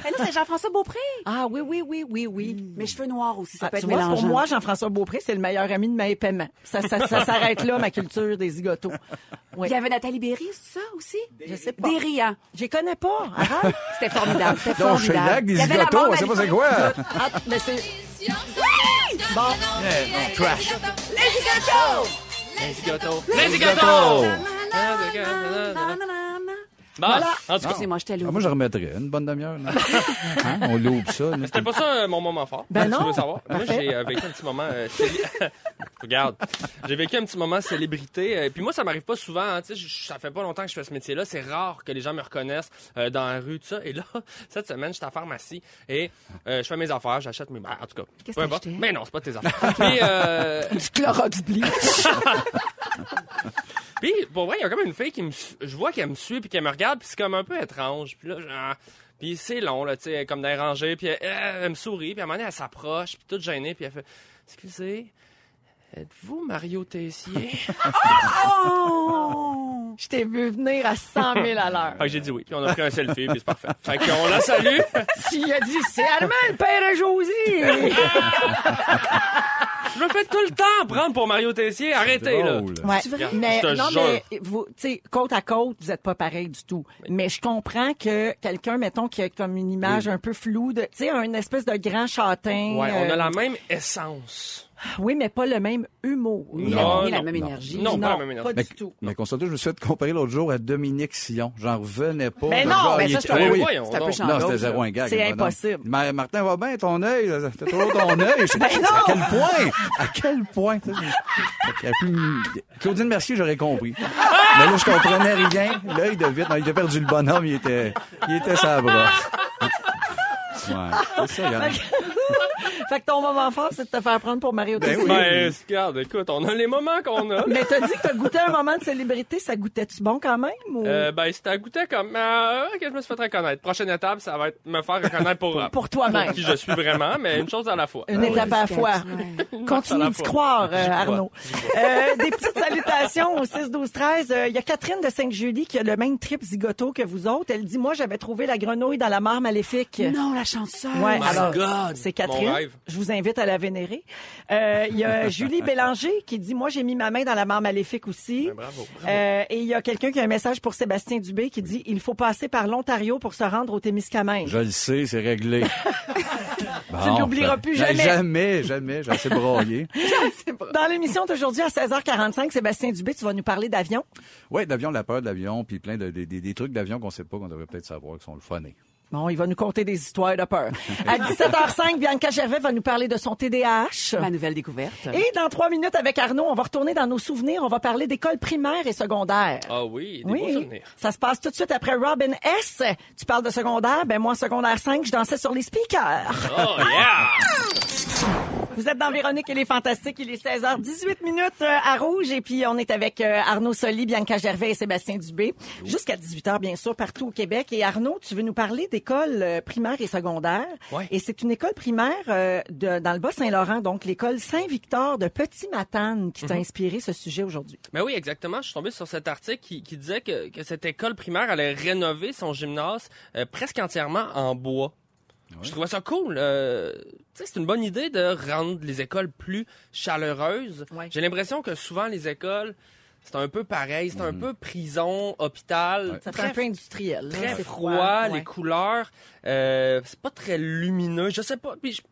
[SPEAKER 4] Ben non, c'est Jean-François Beaupré.
[SPEAKER 3] ah oui, oui, oui, oui, oui.
[SPEAKER 4] Mais cheveux noirs aussi, ça
[SPEAKER 3] Ah,
[SPEAKER 4] peut
[SPEAKER 3] tu
[SPEAKER 4] être
[SPEAKER 3] vois,
[SPEAKER 4] mélangeant.
[SPEAKER 3] pour moi, Jean-François Beaupré, c'est le meilleur ami de mes paiements. Ça, ça,
[SPEAKER 6] <laughs>
[SPEAKER 3] ça s'arrête là, ma culture des zigotos. Oui.
[SPEAKER 4] Il y avait Nathalie Berry, c'est ça aussi?
[SPEAKER 3] Je sais pas.
[SPEAKER 4] Des riants.
[SPEAKER 3] J'y connais pas. Arrête.
[SPEAKER 6] <laughs>
[SPEAKER 4] C'était formidable, c'était
[SPEAKER 5] Donc, chez
[SPEAKER 4] formidable.
[SPEAKER 5] Lac, des
[SPEAKER 4] Il y avait la
[SPEAKER 5] zigotos,
[SPEAKER 4] mort
[SPEAKER 5] on sait pas c'est
[SPEAKER 4] maléfique.
[SPEAKER 5] quoi.
[SPEAKER 3] Ah, mais c'est...
[SPEAKER 2] Bon,
[SPEAKER 5] trash.
[SPEAKER 6] Les zigotos! Les zigotos! Bon, en tout cas,
[SPEAKER 4] Excusez-moi, je
[SPEAKER 5] Ah,
[SPEAKER 4] t'allume.
[SPEAKER 5] moi, je remettrais une bonne
[SPEAKER 3] <laughs>
[SPEAKER 5] demi-heure. là. Hein? On l'ouvre ça. là.
[SPEAKER 6] C'était pas ça euh, mon moment fort.
[SPEAKER 3] Ben
[SPEAKER 6] si
[SPEAKER 3] non.
[SPEAKER 6] Tu veux savoir? Moi,
[SPEAKER 3] Parfait.
[SPEAKER 6] j'ai euh, vécu un petit moment. euh, célé- <laughs> Regarde, j'ai vécu un petit moment célébrité. euh, puis moi, ça m'arrive pas souvent. hein, tu sais, je- ça fait pas longtemps que je fais ce métier-là. C'est rare que les gens me reconnaissent euh, dans la rue, tout ça. Et là, <laughs> cette semaine, j'étais à la pharmacie et euh, je fais mes affaires, j'achète mes. ben, en tout cas,
[SPEAKER 4] Qu'est-ce
[SPEAKER 6] peu
[SPEAKER 4] que
[SPEAKER 6] importe.
[SPEAKER 4] t'as acheté?
[SPEAKER 6] Mais non, c'est pas tes affaires. <laughs> Puis, euh,
[SPEAKER 3] Du Clorox Bleach.
[SPEAKER 6] Puis, pour vrai, il y a comme une fille qui me. su- Je vois qu'elle me suit, puis qu'elle me regarde, puis c'est comme un peu étrange. Puis là, genre. Puis c'est long, là, tu sais, comme dérangé, puis elle, elle- elle me sourit, puis à un moment donné, elle s'approche, puis toute gênée, puis elle fait Excusez, êtes-vous Mario <laughs> Tessier
[SPEAKER 4] Oh!
[SPEAKER 3] Je t'ai vu venir à 100 000 à l'heure.
[SPEAKER 6] <laughs> Fait que Ah, j'ai dit oui, puis on a pris un selfie, puis c'est parfait. Euh, Fait qu'on la salue. <laughs>
[SPEAKER 3] Tu lui as dit, c'est Armand, le père à Josie.
[SPEAKER 6] Je me fais tout le temps prendre pour Mario Tessier. Arrêtez, là.
[SPEAKER 5] Drôle.
[SPEAKER 3] Ouais.
[SPEAKER 6] C'est vrai?
[SPEAKER 3] Mais
[SPEAKER 6] C'est un
[SPEAKER 3] non,
[SPEAKER 6] genre.
[SPEAKER 3] mais vous, tu sais, côte à côte, vous êtes pas pareil du tout. Mais je comprends que quelqu'un, mettons, qui a comme une image un peu floue, de, tu sais, un espèce de grand châtain.
[SPEAKER 6] Ouais, on a
[SPEAKER 3] euh,
[SPEAKER 6] la même essence.
[SPEAKER 3] Oui, mais pas le même humour.
[SPEAKER 4] Ni
[SPEAKER 6] Non,
[SPEAKER 4] la, ni la
[SPEAKER 6] non,
[SPEAKER 4] même
[SPEAKER 5] non.
[SPEAKER 4] énergie.
[SPEAKER 6] Non, pas la même énergie.
[SPEAKER 4] Pas du tout.
[SPEAKER 5] Mais concentre je me suis fait comparer l'autre jour à Dominique Sillon. J'en revenais pas.
[SPEAKER 3] Mais
[SPEAKER 5] Le
[SPEAKER 3] non,
[SPEAKER 5] gars,
[SPEAKER 3] mais
[SPEAKER 5] il
[SPEAKER 3] ça,
[SPEAKER 5] était-
[SPEAKER 3] c'est un-
[SPEAKER 5] Ah oui.
[SPEAKER 6] voyons
[SPEAKER 4] C'est un peu
[SPEAKER 6] donc.
[SPEAKER 5] Non,
[SPEAKER 4] changeant.
[SPEAKER 5] c'était zéro un gag.
[SPEAKER 3] C'est
[SPEAKER 5] madame.
[SPEAKER 3] impossible.
[SPEAKER 5] Ma- Martin, va bien, ton œil, là, t'as toujours ton œil. Je sais pas
[SPEAKER 3] Ben
[SPEAKER 5] c'est-
[SPEAKER 3] non!
[SPEAKER 5] à quel point. À quel point. tu sais, il y a plus- Claudine Mercier, j'aurais compris. Mais là, je comprenais rien. L'œil de vite. Non, il a perdu le bonhomme. Il était, il était sa brosse. Ouais, c'est ça, regarde.
[SPEAKER 3] Fait que ton moment fort, c'est de te faire prendre pour Mario
[SPEAKER 5] Ben
[SPEAKER 3] Tessier.
[SPEAKER 5] oui.
[SPEAKER 6] Ben, regarde, écoute, on a les moments qu'on a.
[SPEAKER 3] Mais t'as dit que t'as goûté un moment de célébrité, ça goûtait-tu bon quand même? Ou...
[SPEAKER 6] Euh, ben, c'était à goûter comme. Euh, ok, je me suis fait reconnaître. Prochaine étape, ça va être me faire reconnaître pour, euh,
[SPEAKER 3] <laughs> pour toi-même.
[SPEAKER 6] <laughs> qui je suis vraiment, mais une chose à la fois. Oh
[SPEAKER 3] Une étape à la fois.
[SPEAKER 6] à la
[SPEAKER 3] Continue d'y
[SPEAKER 6] fois.
[SPEAKER 3] croire, euh,
[SPEAKER 6] crois,
[SPEAKER 3] Arnaud. Euh, des petites salutations au 6, 12, 13. Euh, Il y a Catherine de Sainte-Julie qui a le même trip zigoto que vous autres. Elle dit, moi, j'avais trouvé la grenouille dans la mare maléfique.
[SPEAKER 4] Non, la chanson.
[SPEAKER 3] Ouais,
[SPEAKER 6] my
[SPEAKER 3] alors,
[SPEAKER 6] God,
[SPEAKER 3] c'est
[SPEAKER 6] mon
[SPEAKER 3] Catherine.
[SPEAKER 6] rêve.
[SPEAKER 3] Je vous invite à la vénérer. Euh, Il y
[SPEAKER 6] <laughs>
[SPEAKER 3] a Julie Bélanger qui dit, moi, j'ai mis ma main dans la mare maléfique aussi.
[SPEAKER 6] Ben, bravo.
[SPEAKER 3] Euh, et il y a quelqu'un qui a un message pour Sébastien Dubé qui dit, il faut passer par l'Ontario pour se rendre au Témiscamingue.
[SPEAKER 5] Je le sais, c'est réglé.
[SPEAKER 3] <laughs> Tu ne l'oublieras plus
[SPEAKER 5] Ben,
[SPEAKER 3] jamais.
[SPEAKER 5] Jamais, jamais. J'ai assez broyé.
[SPEAKER 3] Dans l'émission d'aujourd'hui à 16h45, Sébastien Dubé, tu vas nous parler d'avion.
[SPEAKER 5] Oui, d'avion, la peur de l'avion, puis plein de, des- des- des trucs d'avion qu'on sait pas, qu'on devrait peut-être savoir, qui sont le funny.
[SPEAKER 3] Bon, il va nous conter des histoires de
[SPEAKER 6] <laughs>
[SPEAKER 3] peur. À 17h05, Bianca Gervais va nous parler de son TDAH.
[SPEAKER 4] Ma nouvelle découverte.
[SPEAKER 3] Et dans trois minutes avec Arnaud, on va retourner dans nos souvenirs. On va parler d'école primaire et secondaire.
[SPEAKER 6] Ah oui, des beaux souvenirs.
[SPEAKER 3] ça se passe tout de suite après Robin S. Tu parles de secondaire, ben moi en secondaire 5, je dansais sur les speakers.
[SPEAKER 6] Oh
[SPEAKER 3] <laughs>
[SPEAKER 6] yeah!
[SPEAKER 3] Vous êtes dans Véronique et les Fantastiques, il est 16h18 minutes euh, à Rouge et puis on est avec euh, Arnaud Soli, Bianca Gervais et Sébastien Dubé jusqu'à 18h bien sûr partout au Québec et Arnaud, tu veux nous parler d'école euh, primaire et secondaire
[SPEAKER 6] Ouais.
[SPEAKER 3] et c'est une école primaire euh, de, dans le Bas-Saint-Laurent donc l'école Saint-Victor de Petit-Matane qui
[SPEAKER 6] Mhm.
[SPEAKER 3] t'a inspiré ce sujet aujourd'hui.
[SPEAKER 6] Ben oui, exactement. Je suis tombé sur cet article qui, qui disait que, que cette école primaire allait rénover son gymnase euh, presque entièrement en bois. Je trouvais ça cool. euh, tu sais, c'est une bonne idée de rendre les écoles plus chaleureuses.
[SPEAKER 3] Ouais.
[SPEAKER 6] J'ai l'impression que souvent les écoles, c'est un peu pareil, c'est un peu prison, hôpital,
[SPEAKER 3] Ça fait
[SPEAKER 6] très
[SPEAKER 3] un peu industriel. là.
[SPEAKER 6] très
[SPEAKER 3] C'est
[SPEAKER 6] froid, les couleurs, euh, c'est pas très lumineux. Je sais pas. Puis je-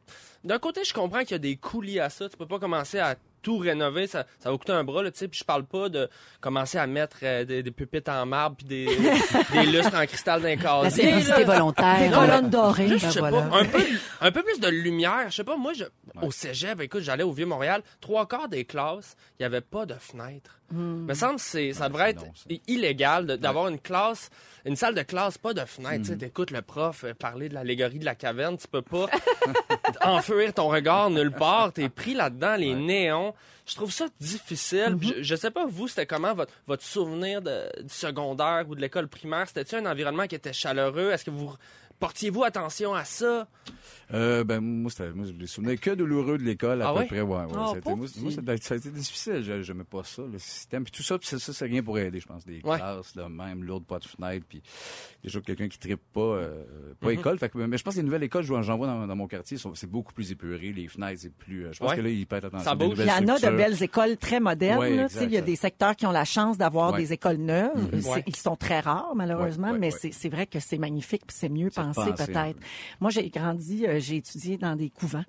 [SPEAKER 6] d'un côté, je comprends qu'il y a des coûts liés à ça. Tu peux pas commencer à tout rénover, ça, ça va coûter un bras, là, tu sais. Puis je parle pas de commencer à mettre euh, des, des pupitres en marbre
[SPEAKER 4] <laughs>
[SPEAKER 6] puis des, des lustres en cristal d'un
[SPEAKER 4] La
[SPEAKER 6] casier.
[SPEAKER 4] simplicité
[SPEAKER 6] là.
[SPEAKER 4] volontaire.
[SPEAKER 6] Non, mais-
[SPEAKER 3] Colonne dorée.
[SPEAKER 6] Juste, je sais
[SPEAKER 4] Ben voilà.
[SPEAKER 6] pas, un peu, un peu plus de lumière. Je sais pas, moi, je, au cégep, écoute, j'allais au Vieux-Montréal, trois quarts des classes, il y avait pas de fenêtre. Me semble que c'est, ça devrait
[SPEAKER 5] Ah, c'est
[SPEAKER 6] être
[SPEAKER 5] non, ça.
[SPEAKER 6] i- illégal de- d'avoir une classe, une salle de classe, pas de fenêtre.
[SPEAKER 5] Mm.
[SPEAKER 6] Tu sais, T'écoutes le prof euh, parler de l'allégorie de la caverne, tu
[SPEAKER 5] <laughs>
[SPEAKER 6] peux pas enfuir ton regard nulle part. T'es pris là-dedans, les néons. Je trouve ça difficile.
[SPEAKER 5] Mm-hmm.
[SPEAKER 6] Puis je, je sais pas, vous, c'était comment votre, votre souvenir de, du secondaire ou de l'école primaire? C'était-tu un environnement qui était chaleureux? Est-ce que vous portiez-vous attention à ça?
[SPEAKER 5] Euh, ben, moi, c'était, moi, je me souvenais que douloureux de l'école, à
[SPEAKER 6] Ah
[SPEAKER 5] peu
[SPEAKER 6] ouais?
[SPEAKER 5] près, ouais, ouais.
[SPEAKER 3] Oh,
[SPEAKER 5] ça, a été,
[SPEAKER 3] pauvre
[SPEAKER 5] moi,
[SPEAKER 3] petit.
[SPEAKER 5] moi, ça a- ça a été difficile. Je- J'aimais pas ça, le système. Puis tout ça, puis ça, ça, c'est rien pour aider, je pense. Des
[SPEAKER 6] Ouais.
[SPEAKER 5] classes, là, même, lourdes, pas de fenêtre, puis déjà quelqu'un qui trippe pas, euh, pas
[SPEAKER 6] Mm-hmm.
[SPEAKER 5] école. Fait que, mais je pense que les nouvelles écoles, j'en j'en vois dans, dans mon quartier, sont- c'est beaucoup plus épuré, les fenêtres, c'est plus, euh, je pense
[SPEAKER 6] Ouais.
[SPEAKER 5] que là, ils prêtent attention.
[SPEAKER 6] Ça
[SPEAKER 5] à des
[SPEAKER 6] bouge.
[SPEAKER 5] nouvelles
[SPEAKER 3] Il y en a de
[SPEAKER 5] structures.
[SPEAKER 3] belles écoles très modernes.
[SPEAKER 5] Ouais,
[SPEAKER 3] là,
[SPEAKER 5] exact,
[SPEAKER 3] tu sais, il y a
[SPEAKER 5] ça.
[SPEAKER 3] des secteurs qui ont la chance d'avoir
[SPEAKER 5] Ouais. Mm-hmm.
[SPEAKER 3] des écoles neuves. C'est-
[SPEAKER 6] Ouais.
[SPEAKER 3] Ils sont très rares, malheureusement,
[SPEAKER 5] Ouais, ouais,
[SPEAKER 3] mais
[SPEAKER 5] ouais.
[SPEAKER 3] c'est- c'est vrai que c'est magnifique puis c'est mieux
[SPEAKER 5] C'est
[SPEAKER 3] pensé,
[SPEAKER 5] pensé,
[SPEAKER 3] peut-être. Moi, j'ai grandi, euh, j'ai étudié dans des couvents.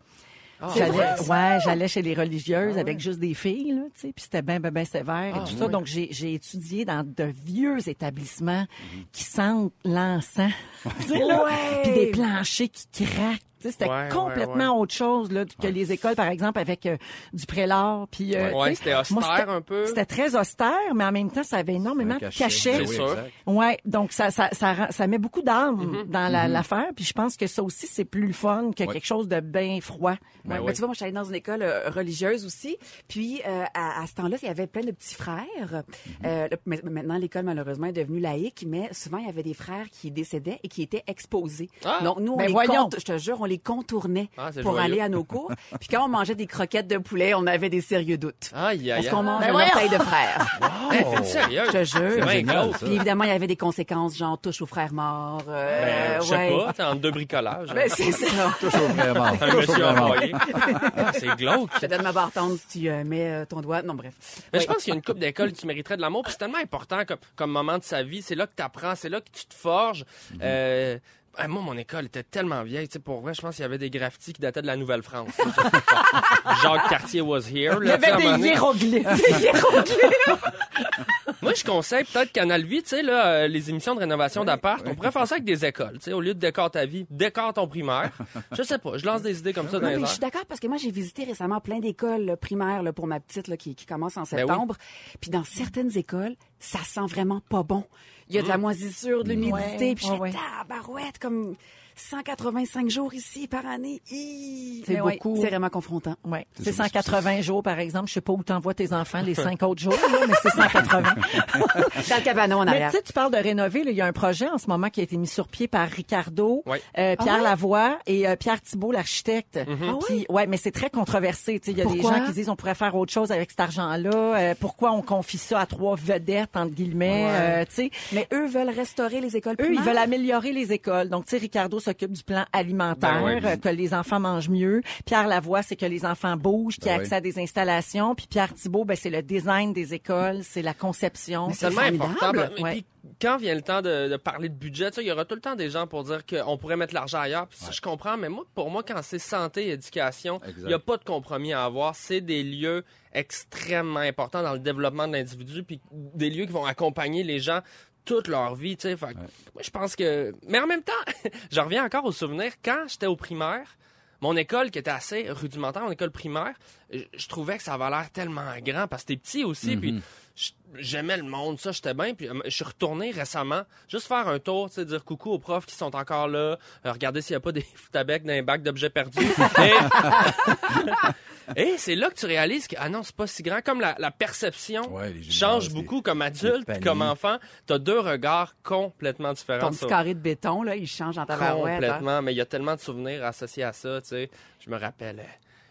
[SPEAKER 6] Ah,
[SPEAKER 3] J'allais- ouais, j'allais chez les religieuses avec juste des filles, là, tu sais, puis c'était ben, ben, ben sévère
[SPEAKER 5] Ah
[SPEAKER 3] et tout ça. Donc, j'ai j'ai étudié dans de vieux établissements
[SPEAKER 5] Mm-hmm.
[SPEAKER 3] qui sentent l'encens, <laughs> tu sais, là, puis des planchers qui craquent. Tu sais, C'était
[SPEAKER 6] Ouais, ouais,
[SPEAKER 3] complètement autre chose là, que les écoles, par exemple, avec euh, du prélat. Puis, euh,
[SPEAKER 6] Ouais,
[SPEAKER 3] tu sais,
[SPEAKER 6] c'était
[SPEAKER 3] moi,
[SPEAKER 6] austère un peu.
[SPEAKER 3] C'était très austère, mais en même temps, ça avait énormément de cachets.
[SPEAKER 5] Ben
[SPEAKER 6] C'est
[SPEAKER 5] oui,
[SPEAKER 6] sûr.
[SPEAKER 5] exact.
[SPEAKER 3] Ouais, donc ça ça ça, rend- ça met beaucoup d'âme
[SPEAKER 6] Mm-hmm.
[SPEAKER 3] dans la- l'affaire, puis je pense que ça aussi c'est plus le fun que quelque chose de bien froid.
[SPEAKER 4] Ouais,
[SPEAKER 6] Ben
[SPEAKER 4] mais
[SPEAKER 5] ouais.
[SPEAKER 4] Ben tu vois, moi, je suis allée dans une école euh, religieuse aussi. Puis, euh, à, à ce temps-là, il y avait plein de petits frères.
[SPEAKER 6] Mm-hmm.
[SPEAKER 4] Euh, le- mais- maintenant, l'école, malheureusement, est devenue laïque, mais souvent, il y avait des frères qui décédaient et qui étaient exposés.
[SPEAKER 6] Ah!
[SPEAKER 4] Donc, nous, on
[SPEAKER 3] Ben
[SPEAKER 4] les
[SPEAKER 3] voyons.
[SPEAKER 4] compte, je te jure, on les les contournait
[SPEAKER 6] Ah, c'est
[SPEAKER 4] pour
[SPEAKER 6] joyeux.
[SPEAKER 4] aller à nos
[SPEAKER 6] <laughs>
[SPEAKER 4] cours. Puis quand on mangeait des croquettes de poulet, on avait des sérieux doutes.
[SPEAKER 6] Aïe, aïe,
[SPEAKER 4] Est-ce
[SPEAKER 6] aïe.
[SPEAKER 4] qu'on mange
[SPEAKER 6] Ben
[SPEAKER 4] un
[SPEAKER 6] voyons.
[SPEAKER 4] orteil de
[SPEAKER 6] <laughs>
[SPEAKER 4] frère?
[SPEAKER 6] Hey, t'es sérieux?
[SPEAKER 4] Je te jure.
[SPEAKER 6] bien
[SPEAKER 5] génial,
[SPEAKER 6] close.
[SPEAKER 5] ça.
[SPEAKER 4] Puis évidemment, il y avait des conséquences, genre touche au frère mort. euh,
[SPEAKER 6] Ben, je sais
[SPEAKER 4] ouais.
[SPEAKER 6] pas, t'es en deux bricolages. hein.
[SPEAKER 4] Ben, c'est ça.
[SPEAKER 5] Toujours vraiment.
[SPEAKER 6] un
[SPEAKER 5] Toujours
[SPEAKER 6] monsieur
[SPEAKER 5] vraiment.
[SPEAKER 6] envoyé. Ah, c'est glauque.
[SPEAKER 4] Je te donne ma barre tendre si tu euh, mets euh, ton doigt. Non,
[SPEAKER 6] <laughs>
[SPEAKER 4] bref.
[SPEAKER 6] Mais je
[SPEAKER 4] Oui.
[SPEAKER 6] pense qu'il y a une coupe d'école qui mériterait de l'amour. Puis c'est tellement important comme, comme moment de sa vie. C'est là que tu apprends, c'est là que tu te forges.
[SPEAKER 4] Mhm.
[SPEAKER 6] Euh, ah, moi, mon école était tellement vieille. Tu sais, pour vrai, je pense qu'il y avait des graffitis qui dataient de la
[SPEAKER 4] <laughs>
[SPEAKER 6] Nouvelle-France. Jacques Cartier was here.
[SPEAKER 3] Il y
[SPEAKER 6] là, tu sais,
[SPEAKER 3] avait
[SPEAKER 6] à un moment
[SPEAKER 3] des
[SPEAKER 6] donné.
[SPEAKER 3] hiéroglyphes.
[SPEAKER 6] Moi, je conseille peut-être Canal Vie, tu sais, là, euh, les émissions de rénovation d'appart. On pourrait faire ça avec des écoles. Tu sais, au lieu de décore ta vie, décore ton primaire. Je sais pas, je lance des idées comme ça dans
[SPEAKER 4] Non,
[SPEAKER 6] les
[SPEAKER 4] Ah, mais
[SPEAKER 6] airs.
[SPEAKER 4] je suis d'accord parce que moi, j'ai visité récemment plein d'écoles là, primaires là, pour ma petite là, qui, qui commence
[SPEAKER 3] Ben
[SPEAKER 4] en
[SPEAKER 6] oui.
[SPEAKER 4] septembre. Puis dans certaines écoles, ça sent vraiment pas bon. Il y a de la moisissure, de l'humidité.
[SPEAKER 3] Mm. Ouais,
[SPEAKER 4] puis je
[SPEAKER 3] ouais,
[SPEAKER 4] fais
[SPEAKER 3] ouais.
[SPEAKER 4] tabarouette comme 185 jours ici par année. Hi!
[SPEAKER 3] C'est
[SPEAKER 4] Mais ouais,
[SPEAKER 3] beaucoup.
[SPEAKER 4] c'est vraiment confrontant.
[SPEAKER 3] Ouais. C'est 180 jours, par exemple. Je sais pas où t'envoies tes enfants les cinq autres jours, là, mais c'est 180. <laughs>
[SPEAKER 4] Dans le cabanon en
[SPEAKER 3] Mais
[SPEAKER 4] arrière.
[SPEAKER 3] tu sais, tu parles de rénover. là. Il y a un projet en ce moment qui a été mis sur pied par Ricardo,
[SPEAKER 6] Ouais.
[SPEAKER 3] euh, Pierre
[SPEAKER 4] Ah ouais?
[SPEAKER 3] Lavoie et euh, Pierre Thibault, l'architecte.
[SPEAKER 6] Mm-hmm.
[SPEAKER 4] Ah ouais?
[SPEAKER 3] Puis, ouais, mais c'est très controversé. tu sais. Il y a
[SPEAKER 4] Pourquoi?
[SPEAKER 3] des gens qui disent on pourrait faire autre chose avec cet argent-là. Euh, pourquoi on confie ça à trois vedettes, entre guillemets. euh, tu sais.
[SPEAKER 4] Mais eux veulent restaurer les écoles
[SPEAKER 3] Eux, ils
[SPEAKER 4] primaires.
[SPEAKER 3] veulent améliorer les écoles. Donc, tu sais, Ricardo s'occupe du plan alimentaire,
[SPEAKER 6] Ben ouais.
[SPEAKER 3] euh, que les enfants mangent mieux. Pierre Lavoie, c'est que les enfants bougent, qu'il y a
[SPEAKER 5] Ben
[SPEAKER 3] accès à des installations. Puis Pierre Thibault, ben, c'est le design des écoles, c'est la conception.
[SPEAKER 6] C'est tellement important.
[SPEAKER 3] formidable.
[SPEAKER 6] Mais
[SPEAKER 3] Ouais.
[SPEAKER 6] puis, quand vient le temps de, de parler de budget, tu sais, il y aura tout le temps des gens pour dire qu'on pourrait mettre l'argent ailleurs. Puis ça, je comprends, mais moi, pour moi, quand c'est santé et éducation, il
[SPEAKER 5] Exact.
[SPEAKER 6] n'y a pas de compromis à avoir. C'est des lieux extrêmement importants dans le développement de l'individu, puis des lieux qui vont accompagner les gens toute leur vie, tu sais. Fait que Moi, je pense que... Mais en même temps, <laughs> je reviens encore au souvenir. Quand j'étais au primaire, mon école, qui était assez rudimentaire, mon école primaire, je, je trouvais que ça avait l'air tellement grand parce que t'es petit aussi,
[SPEAKER 5] Mm-hmm.
[SPEAKER 6] puis je- j'aimais le monde, ça, j'étais bien, puis euh, je suis retourné récemment, juste faire un tour, tu sais, dire coucou aux profs qui sont encore là, euh, regarder s'il n'y a pas des <laughs> foutabecs dans les bacs
[SPEAKER 5] <laughs>
[SPEAKER 6] d'objets perdus. Et, <laughs> Et c'est là que tu réalises que, ah non, c'est pas si grand, comme la, la perception
[SPEAKER 5] Ouais, les générations,
[SPEAKER 6] change
[SPEAKER 5] des-
[SPEAKER 6] beaucoup comme adulte, puis
[SPEAKER 5] paniers.
[SPEAKER 6] comme enfant, t'as deux regards complètement différents.
[SPEAKER 4] Ton petit
[SPEAKER 6] sur-
[SPEAKER 4] carré de béton, là, il change en tabarouette. hein.
[SPEAKER 6] Complètement, mais il y a tellement de souvenirs associés à ça, tu sais. Je me rappelle euh,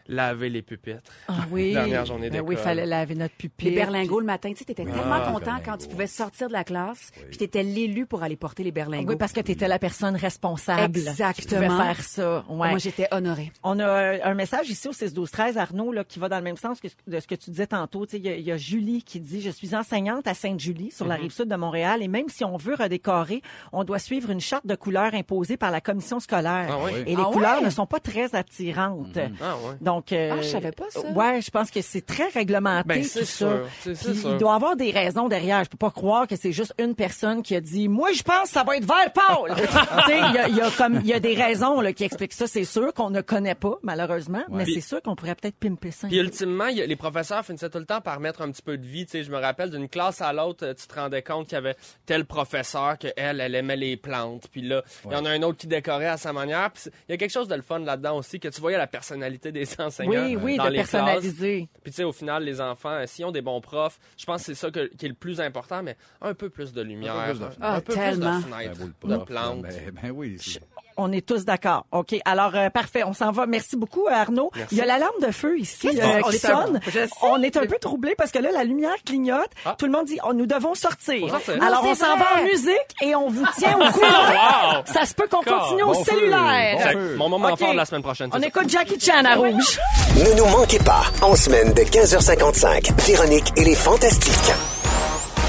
[SPEAKER 6] laver les pupitres.
[SPEAKER 3] Ah oui.
[SPEAKER 6] Dernière journée
[SPEAKER 3] Ben oui,
[SPEAKER 6] d'école.
[SPEAKER 3] fallait laver notre pupille.
[SPEAKER 4] Les berlingots le matin, tu sais, t'étais
[SPEAKER 5] les
[SPEAKER 4] tellement content quand
[SPEAKER 5] berlingots.
[SPEAKER 4] tu pouvais sortir de la classe, puis t'étais l'élu pour aller porter les berlingots.
[SPEAKER 3] Ben Oui, parce que tu étais la personne responsable. Qui
[SPEAKER 4] Exactement.
[SPEAKER 3] pouvait faire ça. Ouais.
[SPEAKER 4] Moi, j'étais honorée.
[SPEAKER 3] On a euh, un message ici au 6 12 13 Arnaud là qui va dans le même sens que ce- de ce que tu disais tantôt, Tu sais, il y, a- il y a Julie qui dit je suis enseignante à Sainte-Julie sur la rive sud de Montréal et même si on veut redécorer, on doit suivre une charte de couleurs imposée par la commission scolaire
[SPEAKER 6] Ah oui?
[SPEAKER 3] et les
[SPEAKER 4] Ah ouais?
[SPEAKER 3] couleurs ne sont pas très attirantes.
[SPEAKER 6] Ah ouais.
[SPEAKER 3] Donc, euh,
[SPEAKER 4] Ah, je savais pas ça.
[SPEAKER 3] Ouais, je pense que c'est très réglementé
[SPEAKER 6] Ben, c'est
[SPEAKER 3] tout ça.
[SPEAKER 6] sûr, c'est- c'est
[SPEAKER 3] Puis
[SPEAKER 6] sûr.
[SPEAKER 3] Il doit avoir des raisons derrière. Je peux pas croire que c'est juste une personne qui a dit, moi, je pense que ça va être vert pâle. Tu sais, il y a, il y a comme il y a des raisons là, qui expliquent ça. C'est sûr qu'on ne connaît pas malheureusement, mais
[SPEAKER 6] Puis-
[SPEAKER 3] c'est sûr qu'on pourrait peut-être pimper ça. un
[SPEAKER 6] Puis
[SPEAKER 3] peu.
[SPEAKER 6] ultimement, il y a- les professeurs finissaient tout le temps par mettre un petit peu de vie. Tu sais, je me rappelle d'une classe à l'autre, euh, tu te rendais compte qu'il y avait tel professeur que elle, elle aimait les plantes. Puis là, il y en a un autre qui décorait à sa manière. Puis c'est- il y a quelque chose de le fun là-dedans aussi que tu voyais la personnalité des <laughs> enseignants.
[SPEAKER 3] oui, oui,
[SPEAKER 6] euh, dans
[SPEAKER 3] de
[SPEAKER 6] les classes.
[SPEAKER 3] personnaliser.
[SPEAKER 6] Puis tu sais, au final, les enfants, euh, s'ils ont des bons profs, je pense que c'est ça que- qui est le plus important, mais un peu plus de lumière,
[SPEAKER 5] Un peu plus de
[SPEAKER 3] Ah,
[SPEAKER 6] un peu plus de
[SPEAKER 4] tellement.
[SPEAKER 5] Ben,
[SPEAKER 6] fenêtres,
[SPEAKER 5] vaut le
[SPEAKER 6] de
[SPEAKER 5] prof,
[SPEAKER 6] plantes.
[SPEAKER 5] Ben, ben oui. c'est-
[SPEAKER 3] On est tous d'accord. OK. Alors, euh, parfait. On s'en va. Merci beaucoup, euh, Arnaud. Il y a l'alarme de feu ici euh,
[SPEAKER 4] qu'on-
[SPEAKER 3] qui
[SPEAKER 4] on est un-
[SPEAKER 3] sonne.
[SPEAKER 4] je sais.
[SPEAKER 3] On est un peu troublés parce que là, la lumière clignote.
[SPEAKER 6] Ah.
[SPEAKER 3] Tout le monde dit, oh, nous devons sortir.
[SPEAKER 6] Faut sortir.
[SPEAKER 3] Alors,
[SPEAKER 4] Non,
[SPEAKER 3] on
[SPEAKER 4] c'est
[SPEAKER 3] s'en va
[SPEAKER 4] vrai.
[SPEAKER 3] en musique et on
[SPEAKER 6] <laughs>
[SPEAKER 3] vous tient au courant. Ça se peut qu'on
[SPEAKER 6] Car-
[SPEAKER 3] continue au
[SPEAKER 5] bon feu,
[SPEAKER 3] cellulaire.
[SPEAKER 5] bon
[SPEAKER 6] Fait que
[SPEAKER 5] feu.
[SPEAKER 6] Mon moment
[SPEAKER 3] Ok.
[SPEAKER 6] fort de la semaine prochaine. c'est
[SPEAKER 3] On
[SPEAKER 6] ça.
[SPEAKER 3] écoute Jackie Chan à rouge.
[SPEAKER 1] Ne nous manquez pas, en semaine de 15h55, Véronique et les Fantastiques.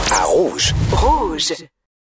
[SPEAKER 1] À Rouge.
[SPEAKER 8] Rouge.